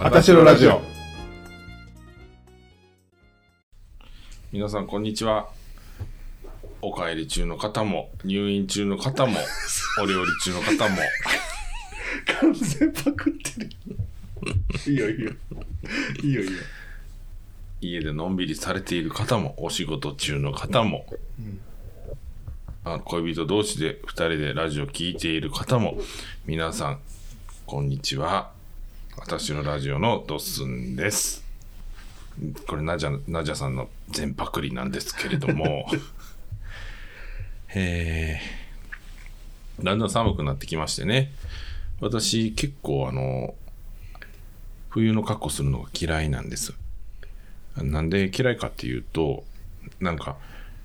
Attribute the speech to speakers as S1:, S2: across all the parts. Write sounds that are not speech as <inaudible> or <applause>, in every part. S1: あたしろラジオ
S2: 皆さんこんにちはお帰り中の方も入院中の方もお料理中の方も
S1: 完全パクってるいいよいいよいいよいいよ
S2: 家でのんびりされている方もお仕事中の方も、あ恋人同士で2人でラジオ聞いている方も皆さんこんにちは私のラジオのドッスンですこれナジャナジャさんの全パクリなんですけれどもえーだんだん寒くなってきましてね私結構あの冬の格好するのが嫌いなんですなんで嫌いかっていうと、なんか、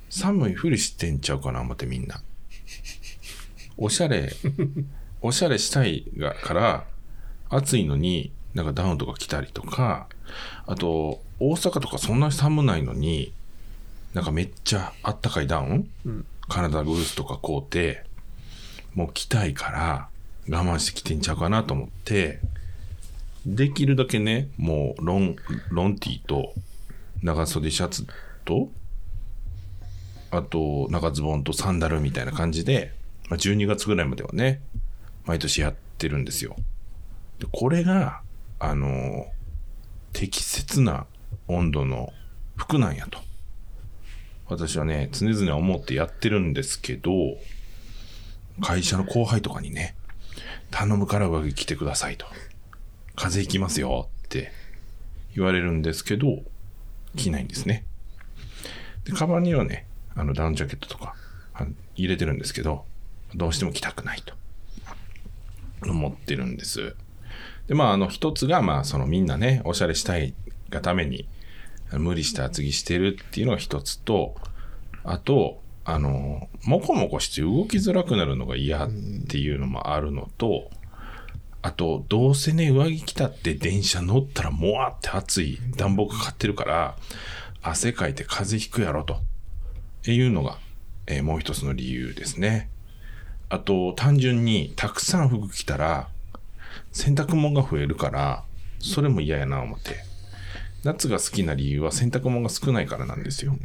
S2: 寒いふりしてんちゃうかな、思ってみんな。おしゃ
S1: <laughs>
S2: れ、おしゃれしたいがから、暑いのに、なんかダウンとか着たりとか、あと、大阪とかそんなに寒ないのに、なんかめっちゃあったかいダウン、
S1: うん
S2: 体ブースとか買うて、もう着たいから、我慢して着てんちゃうかなと思って、できるだけね、もうロン、ロンティーと、長袖シャツとあと長ズボンとサンダルみたいな感じで、まあ、12月ぐらいまではね毎年やってるんですよでこれがあのー適切な温度の服なんやと私はね常々思ってやってるんですけど会社の後輩とかにね頼むから上着着てくださいと風邪ひきますよって言われるんですけど着ないんですね。で、カバンにはね、あのダウンジャケットとかあの入れてるんですけど、どうしても着たくないと思ってるんです。で、まあ、あの、一つが、まあ、そのみんなね、おしゃれしたいがために、無理して厚着してるっていうのが一つと、あと、あの、もこもこして動きづらくなるのが嫌っていうのもあるのと、あと、どうせね、上着着たって電車乗ったらもわって暑い暖房かかってるから、汗かいて風邪ひくやろと。えいうのが、えーもう一つの理由ですね。あと、単純にたくさん服着たら、洗濯物が増えるから、それも嫌やな思って。夏が好きな理由は洗濯物が少ないからなんですよ。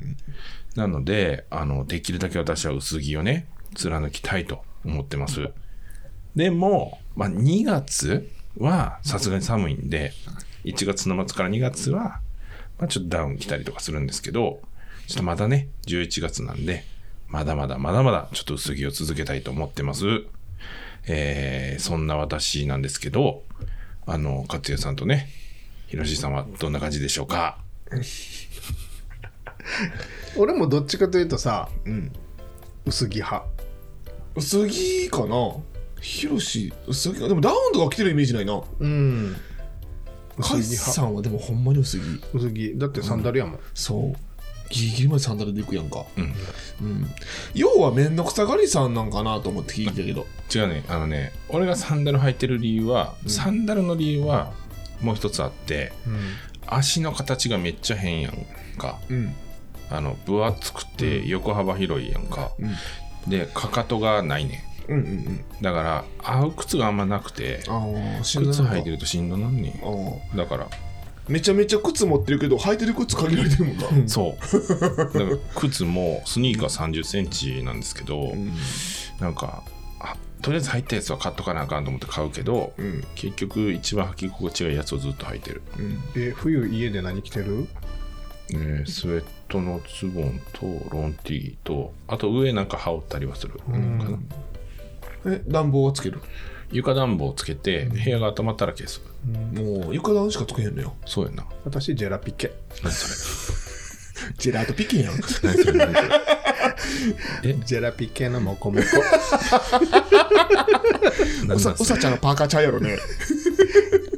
S2: なので、あの、できるだけ私は薄着をね、貫きたいと思ってます。でも、まあ、2月はさすがに寒いんで、1月の末から2月は、まあ、ちょっとダウン来たりとかするんですけど、ちょっとまだね、11月なんで、まだまだまだまだちょっと薄着を続けたいと思ってます。えー、そんな私なんですけど、あの、勝也さんとね、ひろしさんはどんな感じでしょうか
S1: 俺もどっちかというとさ、薄着派
S3: 薄着かなヒロシ薄着かでもダウンとか着てるイメージないな
S1: うん
S3: カイ
S1: 薄着
S3: さ
S1: 派
S3: んはでもほんまに薄着
S1: 薄着だってサンダルやもん、
S3: そうギリギリまでサンダルで行くやんか
S2: うん。
S3: うん要は面倒くさがりさんなんかなと思って聞いたけど
S2: 違うねあのね俺がサンダル履いてる理由は、サンダルの理由はもう一つあって足の形がめっちゃ変やんか
S3: うん
S2: あの分厚くて横幅広いやんか、
S3: うん
S2: でかかとがないね
S3: うんうん
S2: んだから合う靴があんまなくて
S3: うんああし
S2: 靴
S3: んどいな
S2: 履いてるとしんどなんねん
S3: ああ
S2: だから、
S3: めちゃめちゃ靴持ってるけど履いてる靴限られてるもんな
S2: そう
S3: <laughs>
S2: だから靴もスニーカー3 0センチなんですけど、
S3: うん
S2: なんかあとりあえず入ったやつは買っとかなあかんと思って買うけど、
S3: うん
S2: 結局一番履き心地がいいやつをずっと履いてる
S3: うん
S1: え冬家で何着てる
S2: えースウェットのズボンとロンティーとあと上なんか羽織ったりはするか
S1: ん
S2: な
S3: え暖房はつける
S2: 床暖房つけて部屋が温まったら消す
S3: もう床暖しかつけへんのよ
S2: そうやんな
S1: 私ジェラピケ
S2: 何そ
S3: ジェラートピケやん
S2: れ
S3: <laughs>
S2: 何それ何それ
S1: ジェラピケのモコモコ
S3: う
S2: 何
S3: さ
S2: なんそれ
S3: うさちゃんのパーカーちゃうやろ <laughs> ね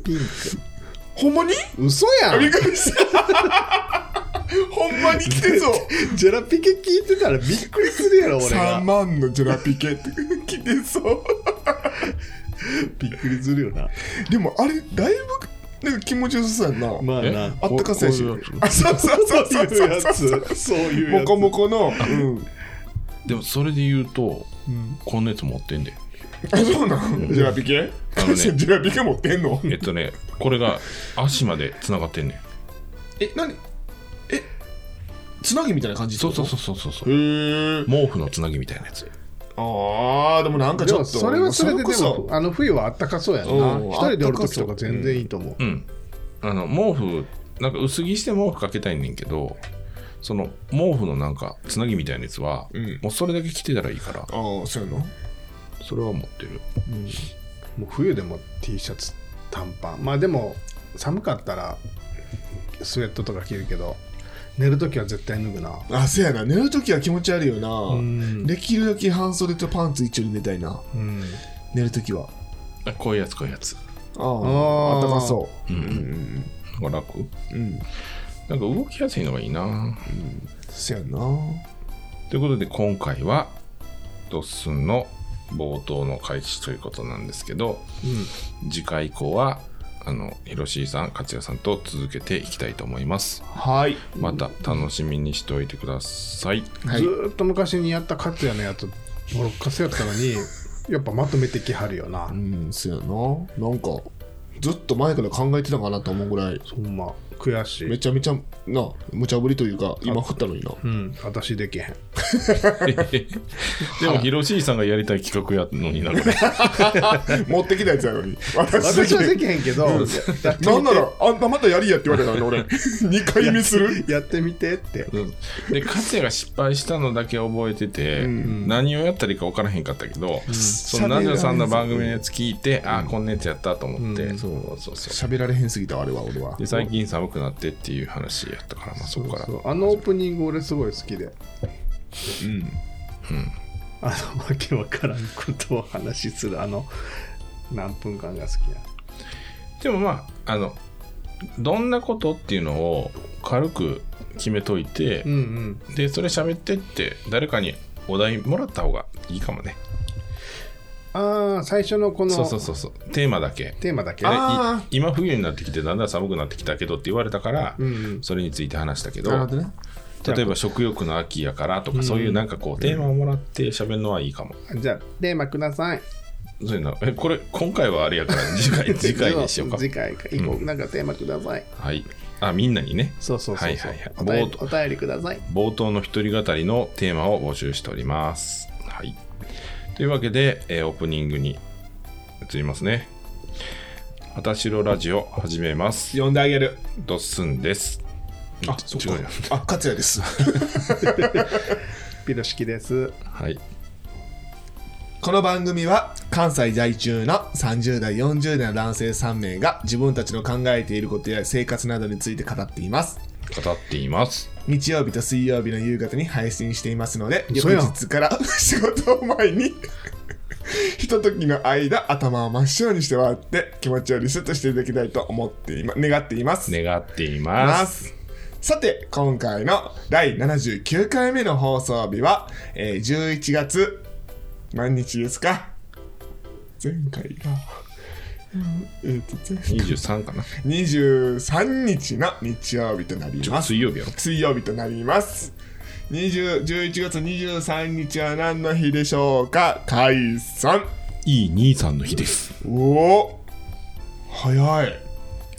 S1: ピン
S3: ほんまに
S1: ク嘘や
S3: びっ
S1: ん
S3: くりした。ほんまに来てそう。
S1: ジェラピケ聞いてたらびっくりするやろ俺
S3: 3
S1: が
S3: 万のジェラピケって来てそう。
S1: びっくりするよな
S3: でもあれ、だいぶなんか気持ちよさそうやんな。
S1: まあ
S2: え
S1: な
S3: あったかそうやし
S2: こういうや。
S3: あ、そうそうそう
S1: そ
S3: そうう
S1: い
S3: そうう
S1: やつそういうや
S3: も
S1: つ
S3: こもこの。うん。
S2: でもそれで言うとこんなやつ持ってんで
S3: えそうなんジェラピケ
S2: あのね
S3: ジェラピケ持ってんの
S2: えっとねこれが足までつながってんねん
S3: え何えつなぎみたいな感じ
S2: そうそう
S3: う
S2: そうそうそうそう
S3: へえ
S2: 毛布のつなぎみたいなやつ
S3: あーで
S1: <laughs>
S3: もなんか
S1: で
S3: ちょっ
S1: も
S3: と
S1: それはそれででも
S3: そ
S1: あの冬はあったかそうやんな
S3: うん
S1: 一人でおる時とか全然いいと思う
S2: うんあの毛布なんか薄着して毛布かけたいねんけどその毛布のなんかつなぎみたいなやつは、
S3: うん
S2: もうそれだけ着てたらいいから
S3: ああそうやの
S2: それは持ってる
S1: もう冬でも T シャツ短パンまあでも寒かったらスウェットとか着るけど寝る時は絶対脱ぐな
S3: あそうやな寝るときは気持ち悪いよ
S1: ん
S3: なできるだけ半袖とパンツ一丁で寝たいな
S1: うん
S3: 寝るときは
S2: あこういうやつこういうやつ
S3: あ
S1: あ
S3: あ
S1: ー
S3: あったかそう
S2: う
S3: うんん
S2: なんか楽
S3: うんうん
S2: なんか動きやすいのがいいな
S3: そうやな
S2: ということで今回はドッスンの冒頭の開始ということなんですけど次回以降はあのヒロシーさん勝也さんと続けていきたいと思います
S3: はい
S2: また楽しみにしておいてください、
S3: はい
S1: ずーっと昔にやった勝也のやつボロッカスやったのにやっぱまとめてきはるよな
S3: うんそうやななんかずっと前から考えてたかなと思うぐらい
S1: ほんま悔し
S3: め
S1: い
S3: ちゃめちゃな無茶ぶりというか今振ったのに <laughs> な
S1: うん私できへん
S2: でもヒロシーさんがやりたい企画やのになこれ
S3: 持ってきたやつやのに私
S1: <laughs>
S3: だ
S1: 私はで
S3: け
S1: きへんけど <laughs> ややってみて
S3: なんならあんたまたやりやって言われたのに <laughs> 俺2回目する
S1: やってみてって
S3: <laughs>
S2: うんで勝也が失敗したのだけ覚えてて、何をやったらいいか分からへんかったけど、そのナジャさんの番組のやつ聞いて、ああこんなやつやったと思って、そうそうそう
S3: 喋られへんすぎたあれは俺は
S2: で最近寒くなってっていう話やったから、まあ、そこから
S1: そうあのオープニング俺すごい好きで
S3: うん
S1: あのわけわからんことを話しするあの何分間が好きや
S2: でもまああのどんなことっていうのを軽く決めといて、
S1: うんうん
S2: でそれ喋ってって誰かにお題もらった方がいいかもね
S1: ああ最初のこの
S2: そうそうそうそうテーマだけ
S1: テーマだけ
S3: あ
S2: い今冬になってきてだんだん寒くなってきたけどって言われたから、
S1: うんうん
S2: それについて話したけど
S3: なるほどね
S2: 例えば食欲の秋やからとか、そういうなんかこうテーマをもらって喋るのはいいかも、
S1: じゃあテーマください
S2: そういうのえこれ今回はあれやから <laughs> 次回次回にしようか
S1: 次回か以降、
S2: うん
S1: なんかテーマください
S2: はいあみんなにね
S1: そうそうそうそう
S2: はいはいはい
S1: お便り
S2: 冒
S1: お便りください
S2: 冒頭の一人語りのテーマを募集しております。はい、というわけで、えーオープニングに移りますね。あたしろラジオ始めます。
S3: 呼んであげる
S2: ドッスンです。
S3: あそっ
S2: 違うや
S3: か
S2: ん
S3: あ勝也です
S1: ピロシキです
S2: はい。
S3: この番組は関西在住の30代40代の男性3名が自分たちの考えていることや生活などについて語っています
S2: 語っています。
S3: 日曜日と水曜日の夕方に配信していますので
S1: 嘘
S3: 翌
S1: やん
S3: 日から <laughs> 仕事を前に <laughs> ひとときの間頭を真っ白にして笑って気持ちをリセットしていただきたいと思っていま願っています
S2: 願ってい
S3: ま
S2: ます。
S3: すさて今回の第79回目の放送日は、えー11月何日ですか前回が、うんえーと前
S2: 23かな。
S3: 23日の日曜日となります
S2: 水曜日やろ。
S3: 水曜日となります20 11月23日は何の日でしょうか解散
S2: いい兄さんの日です。
S3: おお早い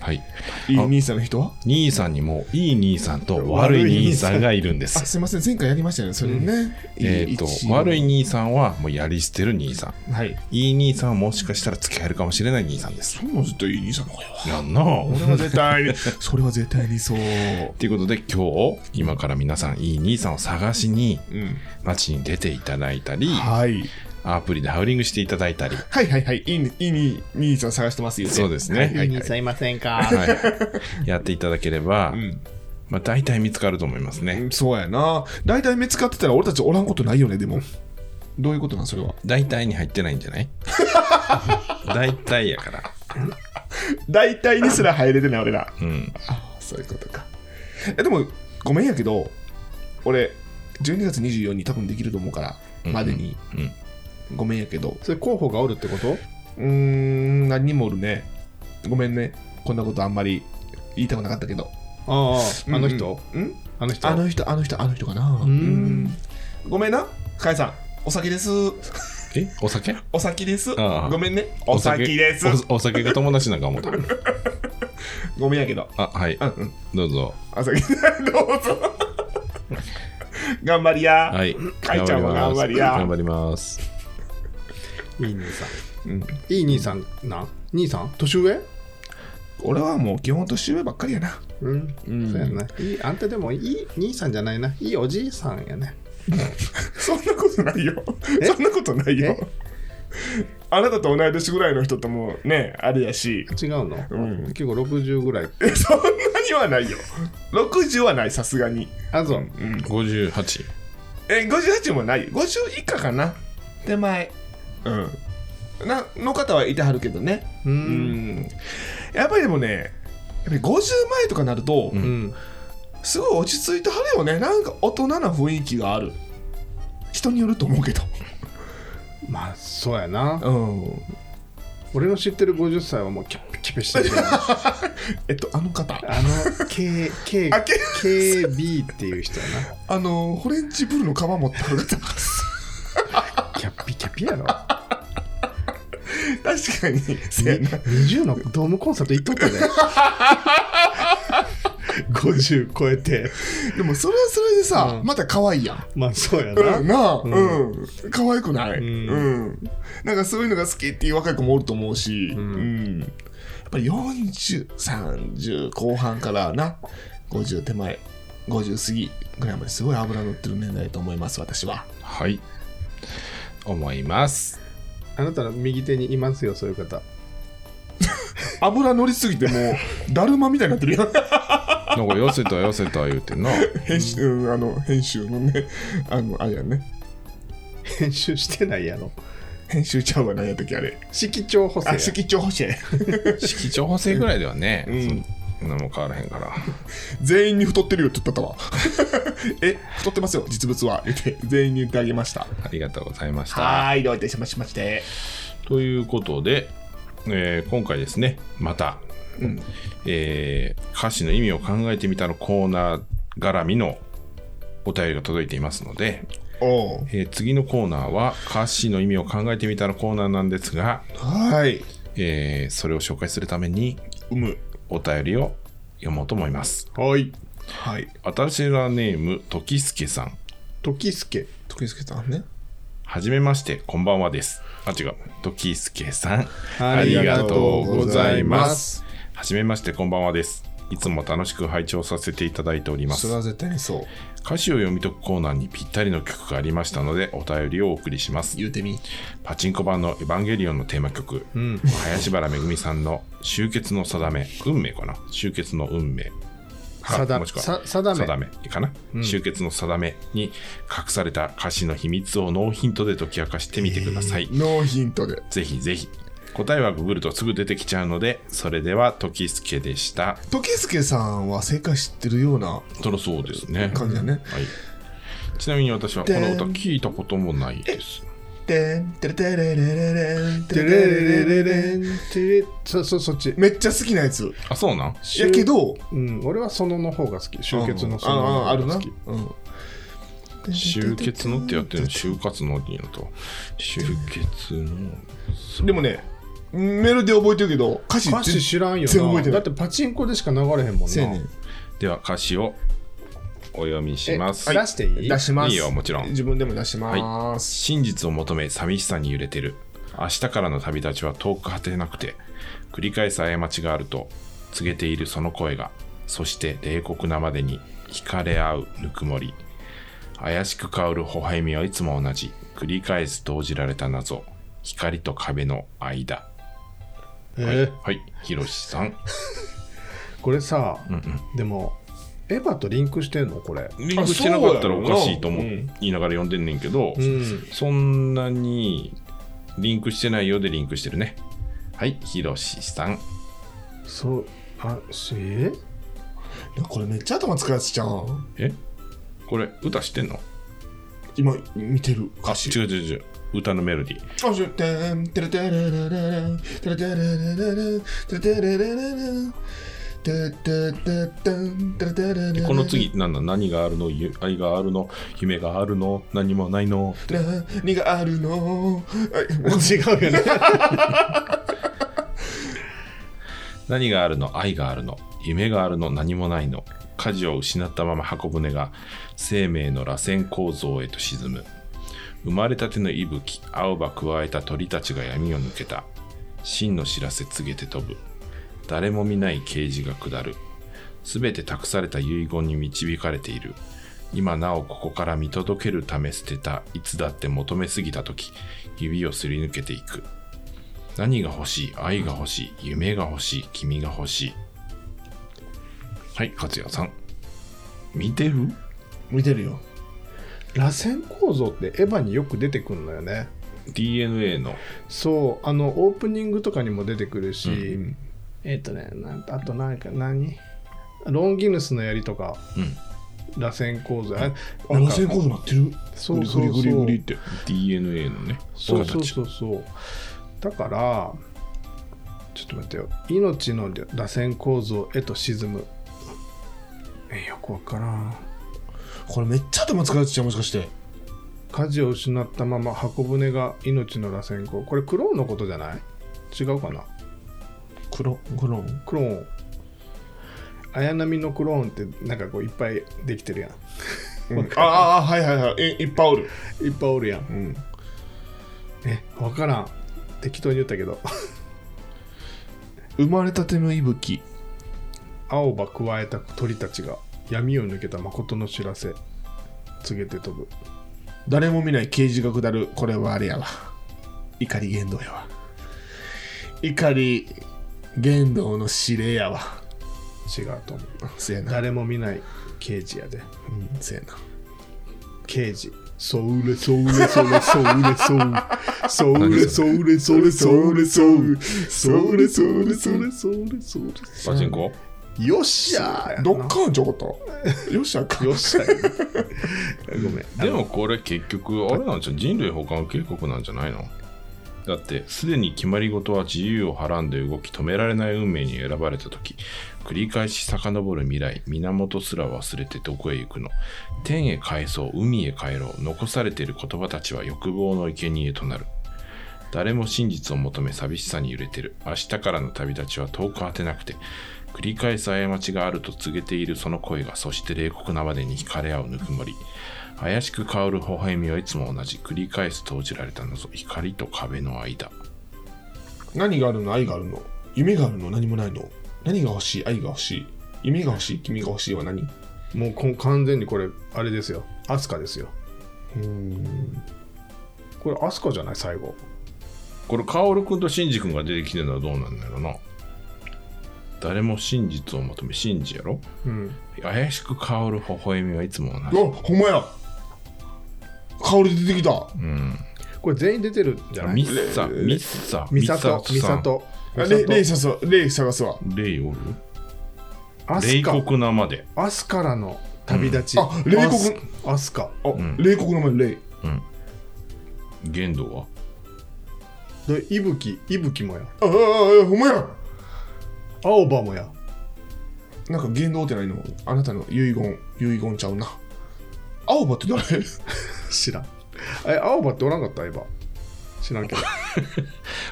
S2: はい。
S3: いい兄さんの人は
S2: 兄さんにもいい兄さんと悪い兄さんがいるんで
S3: あ
S2: す。
S3: すいません前回やりましたよねそれね、いい
S2: えっと
S3: 一、
S2: 悪い兄さんはもうやり捨てる兄さん。
S3: はい
S2: いい兄さんはもしかしたら付き合えるかもしれない兄さんです。
S3: そんな絶対いい兄さんの方やわ
S2: やんなあ
S3: それは絶対に <laughs> それは絶対にそう
S2: ということで今日今から皆さんいい兄さんを探しに
S3: うん
S2: 街に出ていただいたり
S3: はい
S2: アプリでハウリングしていただいたり、
S3: はいはいはいいいねいいに兄さん探してますよね
S2: そうですね
S3: はいはい
S1: に
S3: はい
S1: さいませんか <laughs>
S2: はい、やっていただければ、
S3: ん
S2: まあ、大体見つかると思いますね、
S3: そうやな大体見つかってたら俺たちおらんことないよねでもどういうことなんそれは
S2: 大体に入ってないんじゃない
S3: <laughs>
S2: 大体やから、
S3: 大体にすら入れてない俺ら
S2: うん、
S3: あそういうことかえでもごめんやけど俺12月24日に多分できると思うからまでに、
S2: うん
S3: ごめんやけど
S1: それ候補がおるってこと
S3: うーん何人もおるねごめんねこんなことあんまり言いたくなかったけど
S1: あああの
S3: う
S1: 人、
S3: んうん
S1: あの人
S3: あの人あの人あの人かなうんんごめんなカエさんお酒です
S2: えお酒
S3: お先です
S2: ああ
S3: ごめんねお先です
S2: おお酒が友達なんか思った。
S3: ごめんやけど
S2: <laughs> あ、はい。
S3: うんうん
S2: どうぞ。
S3: お先 <laughs> どうぞ頑張りや、
S2: はい。
S3: かいちゃんも頑張りや
S2: 頑張ります。
S1: いい兄さ
S3: うん
S1: んいい兄さんなん兄さん年上
S3: 俺はもう基本年上ばっかりやな <laughs>
S1: うん、
S3: うん
S1: そうやねいいあんたでもいい兄さんじゃないないいおじいさんやね
S3: そんなことないよ
S1: え
S3: そんなことないよ
S1: え
S3: あなたと同い年ぐらいの人ともねあれやし
S1: 違うの、
S3: うん <laughs>
S1: 結構60ぐらい
S3: えそんなにはないよ60はないさすがに
S1: あそう
S3: うん
S2: 58。
S3: え58もないよ50以下かな手前うんなの方はいてはるけどね
S1: う
S3: うんんやっぱりでもねやっぱり50前とかなると、
S2: うん
S1: うん
S3: すごい落ち着いてはるよねなんか大人な雰囲気がある人によると思うけど
S1: まあそうやな
S3: うん
S1: 俺の知ってる50歳はもうキャピキャピして
S3: <laughs>
S1: るあ
S3: えっとあの方
S1: の K K
S3: あけ
S1: KB っていう人や
S3: あのフレンチブルの皮持ってはる方
S1: なキャピキャピやろ
S3: 確かにせやな
S1: 20のドームコンサート行っとったで
S3: <laughs>
S1: 50超えて
S3: でもそれはそれでさ、
S1: うん
S3: また可愛いやん
S1: まあそうや
S3: うん、
S1: な
S3: なあ、うん
S1: ん、
S3: 可愛くない、う
S1: うんん
S3: なんかそういうのが好きっていう若い子もおると思うし、うん
S1: ん
S3: やっぱり4030後半からな50手前50過ぎぐらいまですごい脂乗ってる年代だと思います私は
S2: はい。思います。
S1: あなたの右手にいますよそういう方
S3: 脂乗りすぎて <laughs> もうだるまみたいになってる <laughs> やん
S2: なんか寄せた寄せた言うてん
S3: <laughs>
S2: な。
S3: 編集、うんあの編集のねあのあれやね
S1: 編集してないやろ
S3: 編集ちゃうわ何やったっけあれ
S1: 色調補正
S3: あ
S1: や
S3: 色調補正
S2: 色調補正ぐらいではね、
S3: うん
S2: そんなもん変わらへんから。
S3: 全員に太ってるよって言ったったわ <laughs> え太ってますよ実物は言って全員に言ってあげました
S2: ありがとうございました。
S3: はーい、どういたしましまして。
S2: ということで、えー今回ですね、また、
S3: うん
S2: えー歌詞の意味を考えてみたのコーナー絡みのお便りが届いていますので、
S3: おう
S2: えー次のコーナーは歌詞の意味を考えてみたのコーナーなんですが、
S3: はーい。
S2: えーそれを紹介するために
S3: うむ。
S2: お便りを読もうと思います。
S1: はい
S3: はい。
S2: 私らネーム、時助さん。
S1: 時助
S3: 徳助さんね。
S2: はじめまして、こんばんはです。あ、違う。時助さん。
S1: ありがとうございます。
S2: はじめまして、こんばんはです。いつも楽しく拝聴させていただいておりま
S3: そ
S2: す
S3: れ。は絶対にそう。
S2: 歌詞を読み解くコーナーにぴったりの曲がありましたので、お便りをお送りします。
S3: 言うてみ。
S2: パチンコ版の「エヴァンゲリオン」のテーマ曲、
S1: ん
S2: 林原めぐみさんの「終結の定め」運命かな終結の運命か
S1: さだ
S2: もしくは
S1: さ定め
S2: 定めかな、終結の定めに隠された歌詞の秘密をノーヒントで解き明かしてみてください、
S3: ノーヒントで。
S2: ぜひぜひ答えはググるとすぐ出てきちゃうのでそれでは時助でした
S3: 時助さんは正解知ってるような
S2: そりゃそうですね、
S3: 感じだね。
S2: はい、ちなみに私はこの歌聞いたこともないです
S3: てんてれてれれれれん。て
S1: て
S3: れ
S1: れれ
S3: れれ
S1: れ
S3: れ
S1: れ
S3: れ
S1: ん
S3: ん。
S1: てれそそそっち
S3: めっちゃ好きなやつ。
S2: あそうなん
S3: やけど、
S1: うん、俺はそのの方が好き集結のそ
S3: あ
S1: のの
S3: あ、あ
S1: 方
S3: る
S1: が
S3: な
S1: 好き。
S3: うん。
S2: 終結のってやってるの就活のっていうのと終結の
S3: でもね、メロディー覚えてるけど、歌詞
S1: 歌詞知らんよ
S3: 全然覚え
S1: な
S3: てな
S1: だ
S3: い
S1: ってパチンコでしか流れへんもん
S3: せや
S1: な
S3: ねん
S2: では歌詞をお読みし
S1: え
S2: ます、
S1: 出していい
S3: 出します。
S2: いいよもちろん
S3: 自分でも出します。
S2: 真実を求め寂しさに揺れてる明日からの旅立ちは遠く果てなくて繰り返す過ちがあると告げているその声がそして冷酷なまでに惹かれ合うぬくもり怪しく香る微笑みはいつも同じ繰り返す投じられた謎光と壁の間
S1: えー
S2: はいひろしさん
S1: これさ、でもエヴァとリンクしてんのこれ
S2: リンクしてなかったらおかしいと思う言いながら読んでんねんけど、
S1: ん
S2: そんなにリンクしてないようでリンクしてるねはいひろしさん
S1: そうあしえ
S3: いやこれめっちゃ頭使うやつじゃん
S2: えこれ歌してんの
S3: 今見てる歌詞
S2: 違う違う違う歌のメロディー
S3: あじゃてんてれてれれれれんてれてれれれれんてれてれれれれん
S2: こ
S3: こ
S2: の次なんだ何があるのゆ愛があるの夢があるの何もないの
S3: 何があるのあ
S1: 違うよね
S2: 何があるの愛があるの夢があるの何もないの舵を失ったまま箱舟が生命の螺旋構造へと沈む生まれたての息吹青葉加えた鳥たちが闇を抜けた真の知らせ告げて飛ぶ誰も見ない啓示が下るすべて託された遺言に導かれている今なおここから見届けるため捨てたいつだって求めすぎた時指をすり抜けていく何が欲しい愛が欲しい夢が欲しい君が欲しいはい勝也さん見てる
S3: 見てるよ
S1: 螺旋構造ってエヴァによく出てくるのよね
S2: DNA の
S1: そうあのオープニングとかにも出てくるし、
S2: う
S1: えっ、とねなんあとなんか何ロンギヌスの槍とか
S2: うん
S1: 螺旋構造あ
S3: あ螺旋構造なってる
S1: そうそうそう
S3: グリグリグリグリって
S2: DNA のね
S1: そうそうそうそうだからちょっと待ってよ命の螺旋構造へと沈むえよくわからん
S3: これめっちゃ頭使うやつじゃんもしかして
S1: 舵を失ったまま箱舟が命の螺旋構これクローンのことじゃない違うかな
S3: クロクローン
S1: クローン綾波のクローンってなんかこういっぱいできてるや
S3: あああはいはいはいえいっぱいおる
S1: んいっぱいおるやん
S3: うん
S1: えわからん適当に言ったけど <laughs>
S3: 生まれたての息吹
S1: 青葉加えた鳥たちが闇を抜けた誠の知らせ告げて飛ぶ
S3: 誰も見ない刑事が下るこれはあれやわ怒り言動やわ怒り言動の指令やわ
S1: 違うと思う
S3: せやな、
S1: 誰も見ない刑事やで
S3: うん、せやな
S1: 刑事そうれそうれそうれそうれそうそうれそうれそうれそうれそうそうれそうれそうれそうれそうれ
S2: パチンコ
S1: よっしゃー
S3: どっかんちょこったよっしゃか
S1: よっしゃーごめん
S2: でもこれ結局あれなんじゃん人類保管警告なんじゃないのだってすでに決まり事は自由をはらんで動き止められない運命に選ばれた時繰り返し遡る未来源すら忘れてどこへ行くの天へ返そう海へ帰ろう残されている言葉たちは欲望の生贄となる誰も真実を求め寂しさに揺れてる明日からの旅立ちは遠く果てなくて繰り返す過ちがあると告げているその声がそして冷酷なまでに惹かれ合うぬくもり怪しく香る微笑みはいつも同じ繰り返す投じられた謎光と壁の間
S3: 何があるの愛があるの夢があるの何もないの何が欲しい愛が欲しい夢が欲しい君が欲しいは何
S1: もうこん完全にこれあれですよアスカですよこれアスカじゃない最後
S2: これ薫君と真司君が出てきてるのはどうなんだろうな誰も真実を求め真司やろ
S1: うん
S2: 怪しく香る微笑みはいつも
S3: あ
S2: 同じ
S3: ほんまや香り出てきた
S2: うん
S1: これ全員出てるんじゃない
S2: ミッサミッサ
S1: ミサトミ
S2: さ
S1: サ
S2: ん
S1: ト
S3: あレイレイ探すわレイ探すわ
S2: レイおる
S1: アス
S2: 冷
S1: カ
S2: 酷なまで
S1: アスからの旅立ち、
S3: うんあ冷酷
S1: アスアスカ
S3: あ、
S2: ん
S3: 冷酷の前レイ
S2: 限度は
S1: で息吹息吹もや
S3: ああああほんまや
S1: 青葉もや
S3: なんか言動ってないのあなたの遺言遺言ちゃうな青葉って誰 <laughs>
S1: 知らんえ青葉っておらんかったエヴァ知らんけど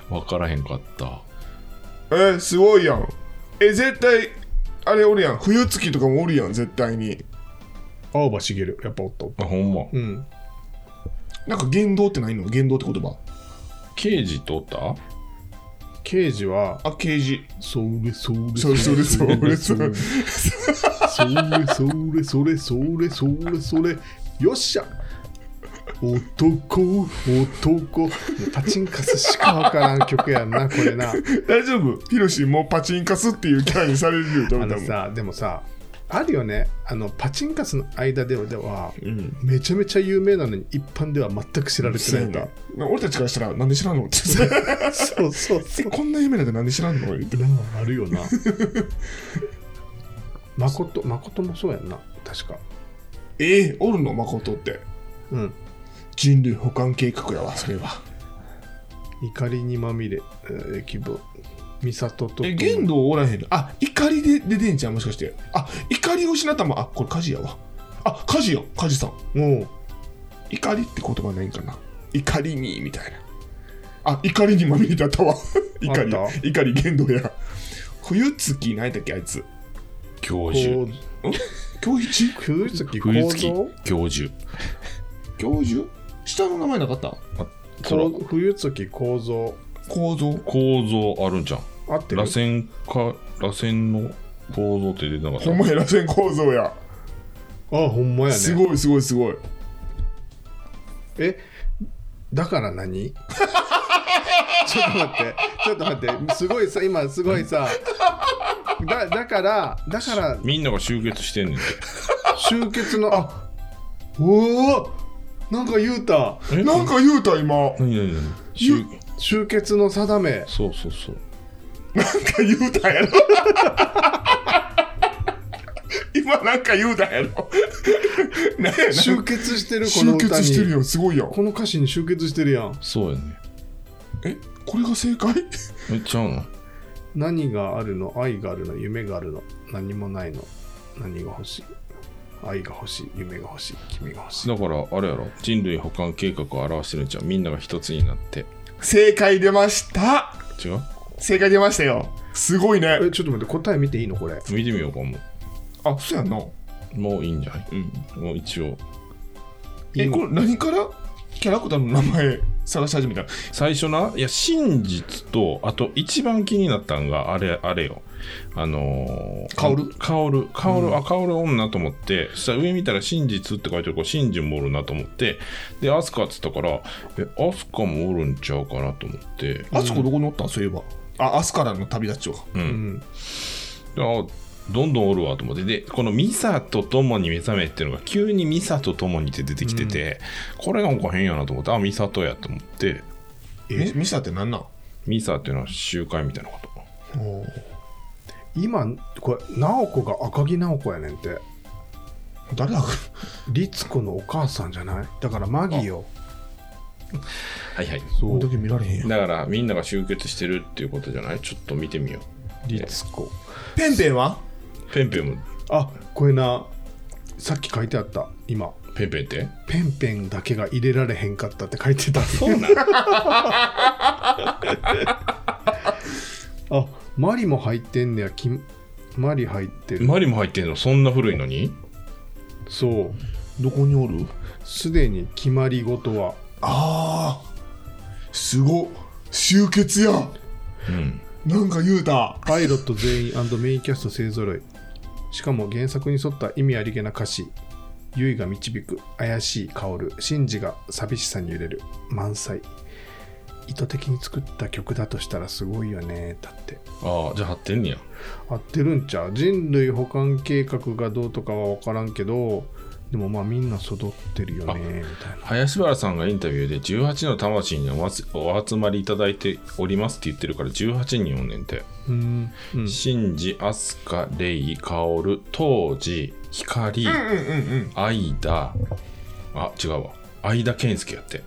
S2: 分からへんかった
S3: えー、すごいやんえ絶対あれおるやん冬月とかもおるやん絶対に
S1: 青葉茂やっぱおったおった
S2: あほんま
S1: うん
S3: なんか言動ってないの言動って言葉
S2: 刑事とおった
S1: 刑事は
S3: あ刑事
S1: そうれそうれ
S3: それそれそれ <laughs> それ
S1: それそれそれそれそれそれよっしゃ男男もうパチンカスしかわからん曲やんなこれな
S3: 大丈夫ヒロシもうパチンカスっていうキャラにされるよダ
S1: あ
S3: メだ
S1: の
S3: もん
S1: さでもさあるよねあのパチンカスの間ではでは
S3: うん
S1: めちゃめちゃ有名なのに一般では全く知られて
S3: そう
S1: ない
S3: やん
S1: ん
S3: だ
S1: だ
S3: 俺たちからしたらなんで知らんの <laughs> って
S1: そうそうそ
S3: えこんな夢なんてなんで知らんの言って
S1: うなああるよな誠誠もそうやんな確か
S3: えー、おるの誠って
S1: うん
S3: 人類保管計画やわそれは
S1: 怒りにまみれ、えー、気分美里と
S3: え、限度おらへんのあ、怒りで出てんちゃうもしかして。あ、怒りを失ったま、あ、これ火事やわ。あ、火事や、火事さん。
S1: もう
S3: 怒りって言葉ないんかな怒りに、みたいな。あ、怒りにまみれだったわ。怒り
S1: あっ、
S3: 怒り限度や。冬月、何やったっけ、あいつ。
S2: 教
S1: こ
S2: 授
S1: う
S3: 今日一
S1: 冬月
S2: 冬
S1: 構
S2: 月
S1: 造
S2: 教授
S3: 教授下の名前なかった
S2: そら
S1: こう冬月構造
S3: 構造
S2: 構造あるんじゃん
S1: 合ってる
S2: 螺旋か螺旋の構造って出てなかっ
S3: ほん
S2: た
S3: まや、螺旋構造や。
S1: あほんまやね
S3: すごいすごいすごい。
S1: えだから何 <laughs> ちょっと待ってちょっと待ってすごいさ今すごいさだだからだから
S2: みんなが集結してんねんて
S1: 集結のあおおなんか言うた
S2: え
S3: なんか言うた、今。
S2: 何何何集
S1: 集結の定め
S2: そうそうそう
S3: なんか言うたやろ <laughs> 今なんか言うたやろ <laughs> なんやな
S1: 集結してるこの
S3: 集
S1: 歌
S3: 結してる
S1: に
S3: よすごいやん
S1: この歌詞に集結してるやん
S2: そうやね
S3: えこれが正解
S2: えちゃうの
S1: 何があるの愛があるの夢があるの何もないの何が欲しい愛が欲しい夢が欲しい君が欲しい
S2: だからあれやろ人類補完計画を表してるんじゃんみんなが一つになって
S3: <laughs> 正解出ました
S2: 違う
S3: 正解出ましたよすごいね
S1: えちょっと待って答え見ていいのこれ
S2: 見てみようかも
S3: あそうやんな
S2: うもういいんじゃない
S3: うん
S2: もう一応
S1: い
S3: え
S1: いの
S3: これ何からキャラクターの名前探し始めた
S2: 最初ないや真実とあと一番気になったんがあれあれよあのー、
S3: 薫
S2: 薫薫、あ薫女と思ってそしたら上見たら真実って書いてるから真珠もおるなと思ってで飛鳥っつったからえ飛鳥もおるんちゃうかなと思って
S3: あそこどこにおったんそういえばあアスカラの旅立ちは
S2: う
S1: うんん
S2: であどんどんおるわと思ってでこの「ミサとともに目覚め」っていうのが急に「ミサとともに」って出てきてて、これなんか変やなと思ってあミサとやと思って
S3: えミサって何なん
S2: ミサっていうのは集会みたいなこと
S1: 今これ直子が赤木直子やねんって
S3: 誰だ
S1: 律子のお母さんじゃないだからマギよ
S2: はいはい
S1: そ
S3: こ
S1: うん
S3: だけ見られへんやん
S2: だからみんなが集結してるっていうことじゃないちょっと見てみよ
S1: 律子
S3: ペンペンは
S2: うペンペンも
S1: あこれなさっき書いてあった今
S2: ペンペンって
S1: ペンペンだけが入れられへんかったって書いてた
S2: そうなん
S1: <laughs> あマリも入ってんねやきマリ入ってる
S2: マリも入ってんのそんな古いのに
S1: そう
S3: どこにおる
S1: すでに決まり事は
S3: あーすごっ集結や
S2: うん
S3: なんか言うた
S1: パイロット全員メインキャスト勢ぞろいしかも原作に沿った意味ありげな歌詞結衣が導く怪しい薫シンジが寂しさに揺れる満載意図的に作った曲だとしたらすごいよねだって
S2: ああじゃあ貼ってんねや
S1: 合ってるんちゃう人類保管計画がどうとかは分からんけどでもまあみんな揃ってるよねみたいな
S2: 林原さんがインタビューで18の魂にお集お集まりいただいておりますって言ってるから18人おんねんて
S1: うん、うん、
S2: シンジ、アスカ、レイ、カオル、トウジ、ヒカリ、
S3: うんうんうん
S2: アイダ、あ、違うわ。アイダケンスケやって。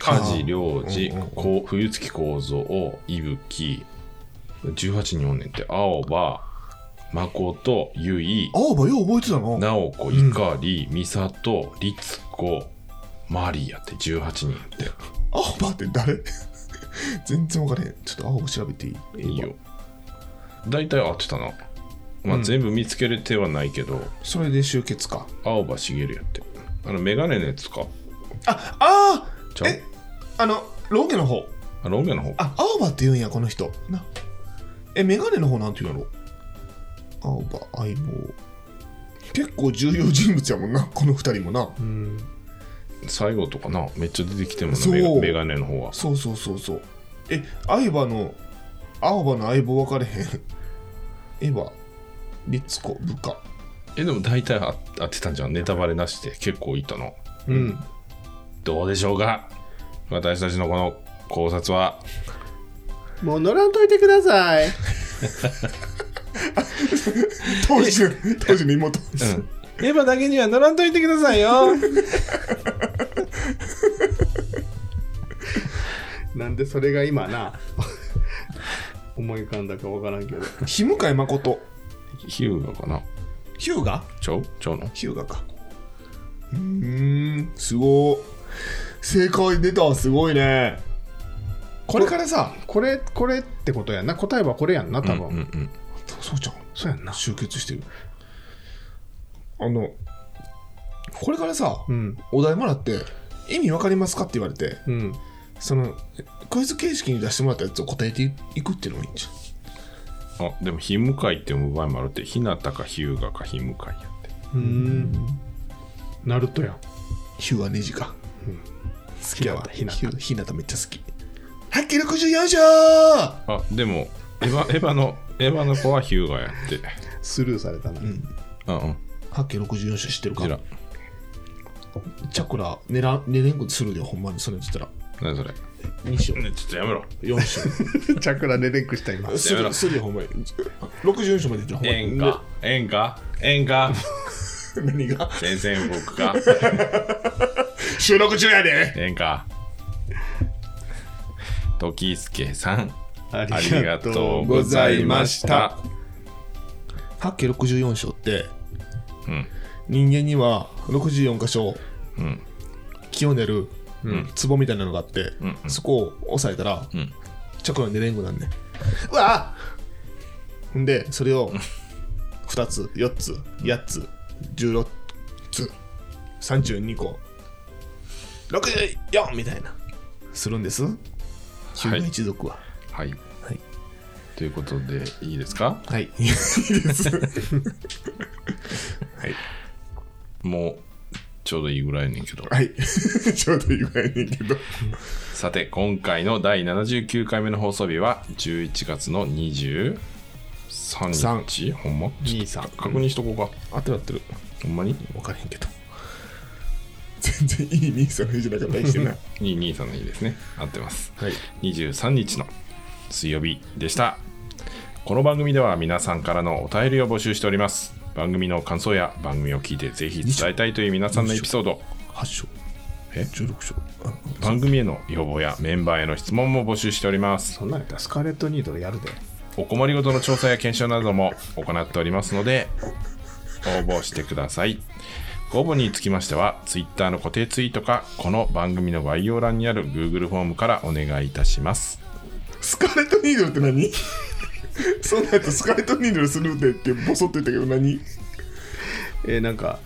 S2: カジ、リョウジ
S3: うんうんうん、
S2: こう冬月構造、イブキ、18人おんねんって。青葉、誠、ゆい、
S3: 青葉よう覚えてたの
S2: 直子、
S3: ん
S2: いかり、みさと、りつこ、マリーやって18人やって。
S3: 青葉って誰 <laughs> 全然分からへんちょっと青葉調べていい
S2: いいよ。大体合ってたな。まあ、全部見つけれてはないけど、
S3: それで集結か
S2: 青葉茂やってあのメガネのやつか
S3: ああ
S2: ちゃ
S3: ー
S2: う
S3: えあのロン毛の方
S2: あロン毛の方
S3: あ青葉って言うんやこの人なえメガネの方なんて言うんやろ青葉相棒結構重要人物やもんなこの二人もな
S1: うん
S2: 最後とかなめっちゃ出てきてもな
S3: そう
S2: メガメガネの方は
S3: そうそうそうそうえ相葉の青葉の相棒分かれへん <laughs> エヴァ律子部下
S2: えでも大体あ合ってたんじゃんネタバレなしで結構いったの
S1: うん
S2: どうでしょうか私たちのこの考察は
S1: もう乗らんといてください
S3: <laughs> 当時の当時の妹
S2: <laughs> エヴァだけには乗らんといてくださいよ
S1: なんでそれが今な <laughs> 思い浮かんだかわからんけど
S3: 日向井誠
S2: <laughs> ヒューガかな
S3: 日向
S2: ちゃうちゃうの
S3: 日向かうーんすごー正解出たすごいねこれからさ
S1: これこれってことやんな答えはこれやんな多分、
S2: うんうんうん。
S3: そうちゃん
S1: そうやんな
S3: 集結してるあのこれからさ、
S1: うん
S3: お題もらって意味わかりますかって言われて
S1: うん
S3: そのクイズ形式に出してもらったやつを答えていくっていうのがいいんじゃ
S2: あ、
S3: ん
S2: でも、ひむかいって読む場合もあるって、ひなたかひゅうがかひむかいやって。
S1: うんナルトやん
S3: ヒューはネジか、
S1: うん
S3: 好きやわ
S1: ひ
S3: ヒ
S1: な
S3: ナ
S1: た
S3: ヒューヒナタめっちゃ好き864勝
S2: あ、でも、エヴァ、エ <laughs> ヴァの、エヴァの子はヒューガやって。
S1: スルーされたな、
S2: うんうん。
S3: 864勝知ってる
S2: 知ら
S3: か
S2: ん。
S3: チャクラ狙ら寝れんことするでほんまにそれ言ってたら
S2: 何それ。
S3: 2勝
S2: ね、ちょっとやめろ。
S3: 4勝
S1: <laughs>
S2: <laughs>
S1: チャクラでレックした今
S3: するするよほんまに64勝までいったらほんまに
S2: ええんか、ええんか、ええんか、
S3: 何が
S2: 全然僕 <laughs> か、
S3: 収録中やで
S2: ええんか。時助さん、
S1: あ
S2: ありがとう
S1: ご
S2: ございました。
S3: 864勝って
S2: うん、
S3: 人間には64箇所
S2: うん、
S3: 気を練る
S2: ん
S3: 壺みたいなのがあって、
S2: んうん
S3: そこを押さえたら、
S2: うん。
S3: チャクラ寝れんくなんねんうわあほんでそれを2つ4つ8つ16つ32個64みたいなするんですヒューガ一族は
S2: はい。
S3: はい
S2: ということで、いいですか
S3: はい、い、いです
S2: もう、ちょうどいいぐらいやねんけど。
S3: はい <laughs> ちょうどいいぐらいねんけど
S2: さて、今回の第79回目の放送日は、11月の23日ほんま
S1: 兄さん
S2: 確認しとこうか。
S3: 合ってる合ってる
S2: ほんまに
S3: 分からへんけど全然いい兄さんの日じゃなかったりしてない
S2: ?223 の日ですね。合ってます。
S3: はい
S2: 23日の水曜日でしたこの番組では皆さんからのお便りを募集しております番組の感想や番組を聞いてぜひ伝えたいという皆さんのエピソード
S3: 8勝
S2: え
S3: 16勝あ
S2: 番組への要望やメンバーへの質問も募集しております
S1: そんなんやったらスカーレットニードルやるで
S2: お困りごとの調査や検証なども行っておりますので応募してくださいご応募につきましては Twitter の固定ツイートかこの番組の概要欄にある Google フォームからお願いいたします
S3: スカーレットニードルって何 <laughs> そんなやつスカーレットニードルするでってボソって言ったけど何
S1: えーなんか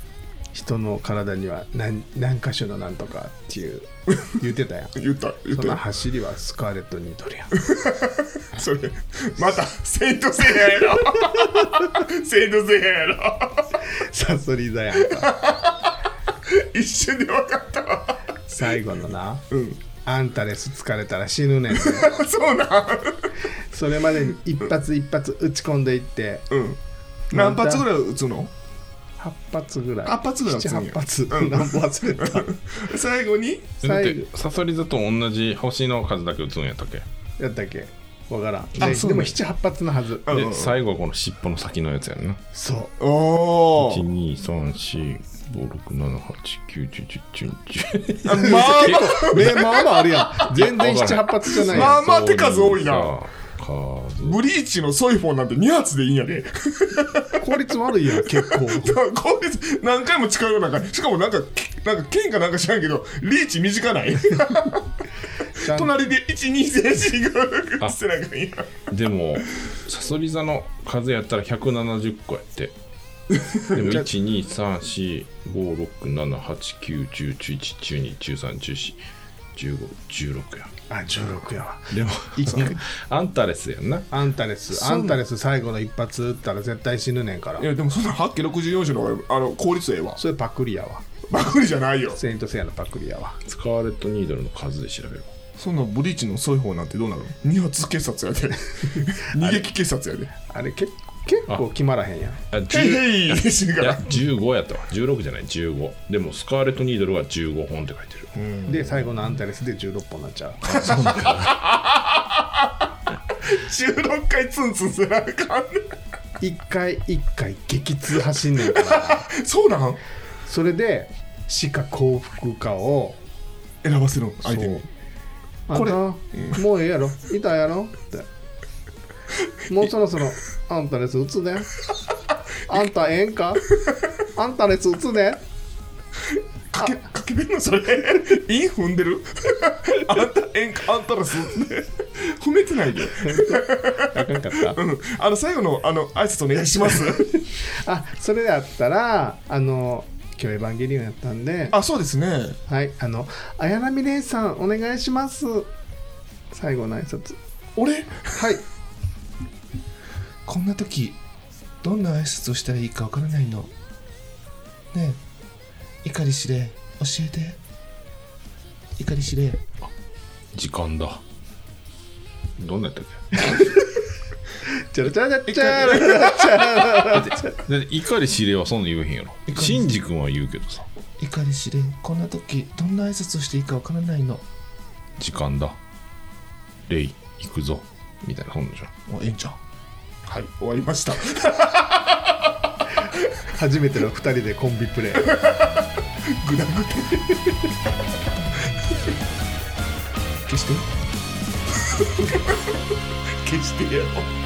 S1: 人の体には何何箇所のなんとかっていう言ってたやん
S3: 言った言っ
S1: その
S3: た
S1: 走りはスカーレットニードルやん
S3: それまたセイントセイヤやろセイントセイヤやろ
S1: サソリ座やんか
S3: 一瞬で分かったわ
S1: 最後のな
S3: うん
S1: アンタレス疲れたら死ぬねんて
S3: そうなん
S1: それまでに一発一発打ち込んでいって
S3: うん何発ぐらい打つの
S1: 8発ぐらい
S3: 8発ぐらい打つんや
S1: 78発、
S3: うん
S1: 何本忘れた
S3: 最後に
S2: だっ
S1: 最
S2: て
S1: 後
S2: サソリ座と同じ星の数だけ打つんやったっけ
S1: やったっけわからん
S3: あ
S1: で
S3: そう
S1: で
S3: な
S1: も
S3: んや
S1: 78発のはず
S3: うんうん
S2: で最後はこの尻尾の先のやつやんな
S1: そう
S3: おお
S2: 1234567891011
S3: まあま
S1: ねまあまああるやん全然
S2: わからん
S1: 78発じゃないやん
S3: まあまあ手数多いな
S2: 数
S3: あブリーチのソイフォンなんて2発でいいんやで <laughs>
S1: 効率悪いやん結構
S3: こいつ何回も使うような感じしかもなんかなんか剣かなんか知らんけどリーチ短 <laughs> ない
S1: ちゃん
S3: 隣で123456背中に
S2: でもさそり座の数やったら170個やって
S3: <laughs>
S2: でも12345678910111213141516や
S1: あ16やわ
S2: でも
S1: 一回
S2: アンタレスやんな
S1: アンタレスアンタレス最後の一発打ったら絶対死ぬねんから
S3: いやでもそんな8キ64種の方があの効率ええわ
S1: それパクリやわ
S3: バクリじゃないよ
S1: セイントセイヤのパクリやわ
S2: スカーレットニードルの数で調べよう
S3: そんなブリーチのソイフォンなんてどうなの2発警察 <laughs> やで逃げき警察やで
S1: あれ結結構決まらへんやん
S2: あ10
S3: ヘイヘイ死ぬか
S2: いや
S3: ら
S2: 15やったわ16じゃない15でもスカーレットニードルは15本って書いてる
S1: で最後のアンタレスで16本になっちゃう
S3: <laughs> 16回ツンツンせなあかんね
S1: 一回一回激痛走んねんから
S3: そうなん
S1: それで死か幸福かを
S3: 選ばせるの相手に
S1: こ
S3: こ
S1: れ
S3: れ
S1: もうええやろ痛いやろってもうそろそろあんた列打
S3: <laughs>
S1: つであんたええんかあんた列打つで
S3: かけかけてんのそれ <laughs> イン踏んでる <laughs> あんた演歌あんたらすって踏めてないで、
S1: あかんかった
S3: うん、あの最後のあの挨拶お願いします
S1: あそれだったらあの今日エヴァンゲリオンやったんで
S3: <laughs> あそうですね
S1: はいあの綾波レイさんお願いします最後の挨拶
S3: 俺
S1: はい
S3: こんな時どんな挨拶をしたらいいかわからないのねえ怒りしれ教えて怒りしれ
S2: 時間だどんなやったっけ
S1: <laughs> チャラチャラチャラチャラチャラ
S2: だって怒り指令はそんなん言えへんやろシンジ君は言うけどさ
S3: 怒りしれこんな時どんな挨拶をしていいかわからないの
S2: 時間だレイ行くぞみたいな本でしょ
S3: もうええんちゃんはい終わりました
S1: 初めての2人でコンビプレイ
S3: グダグダ <laughs> 消して消してやろう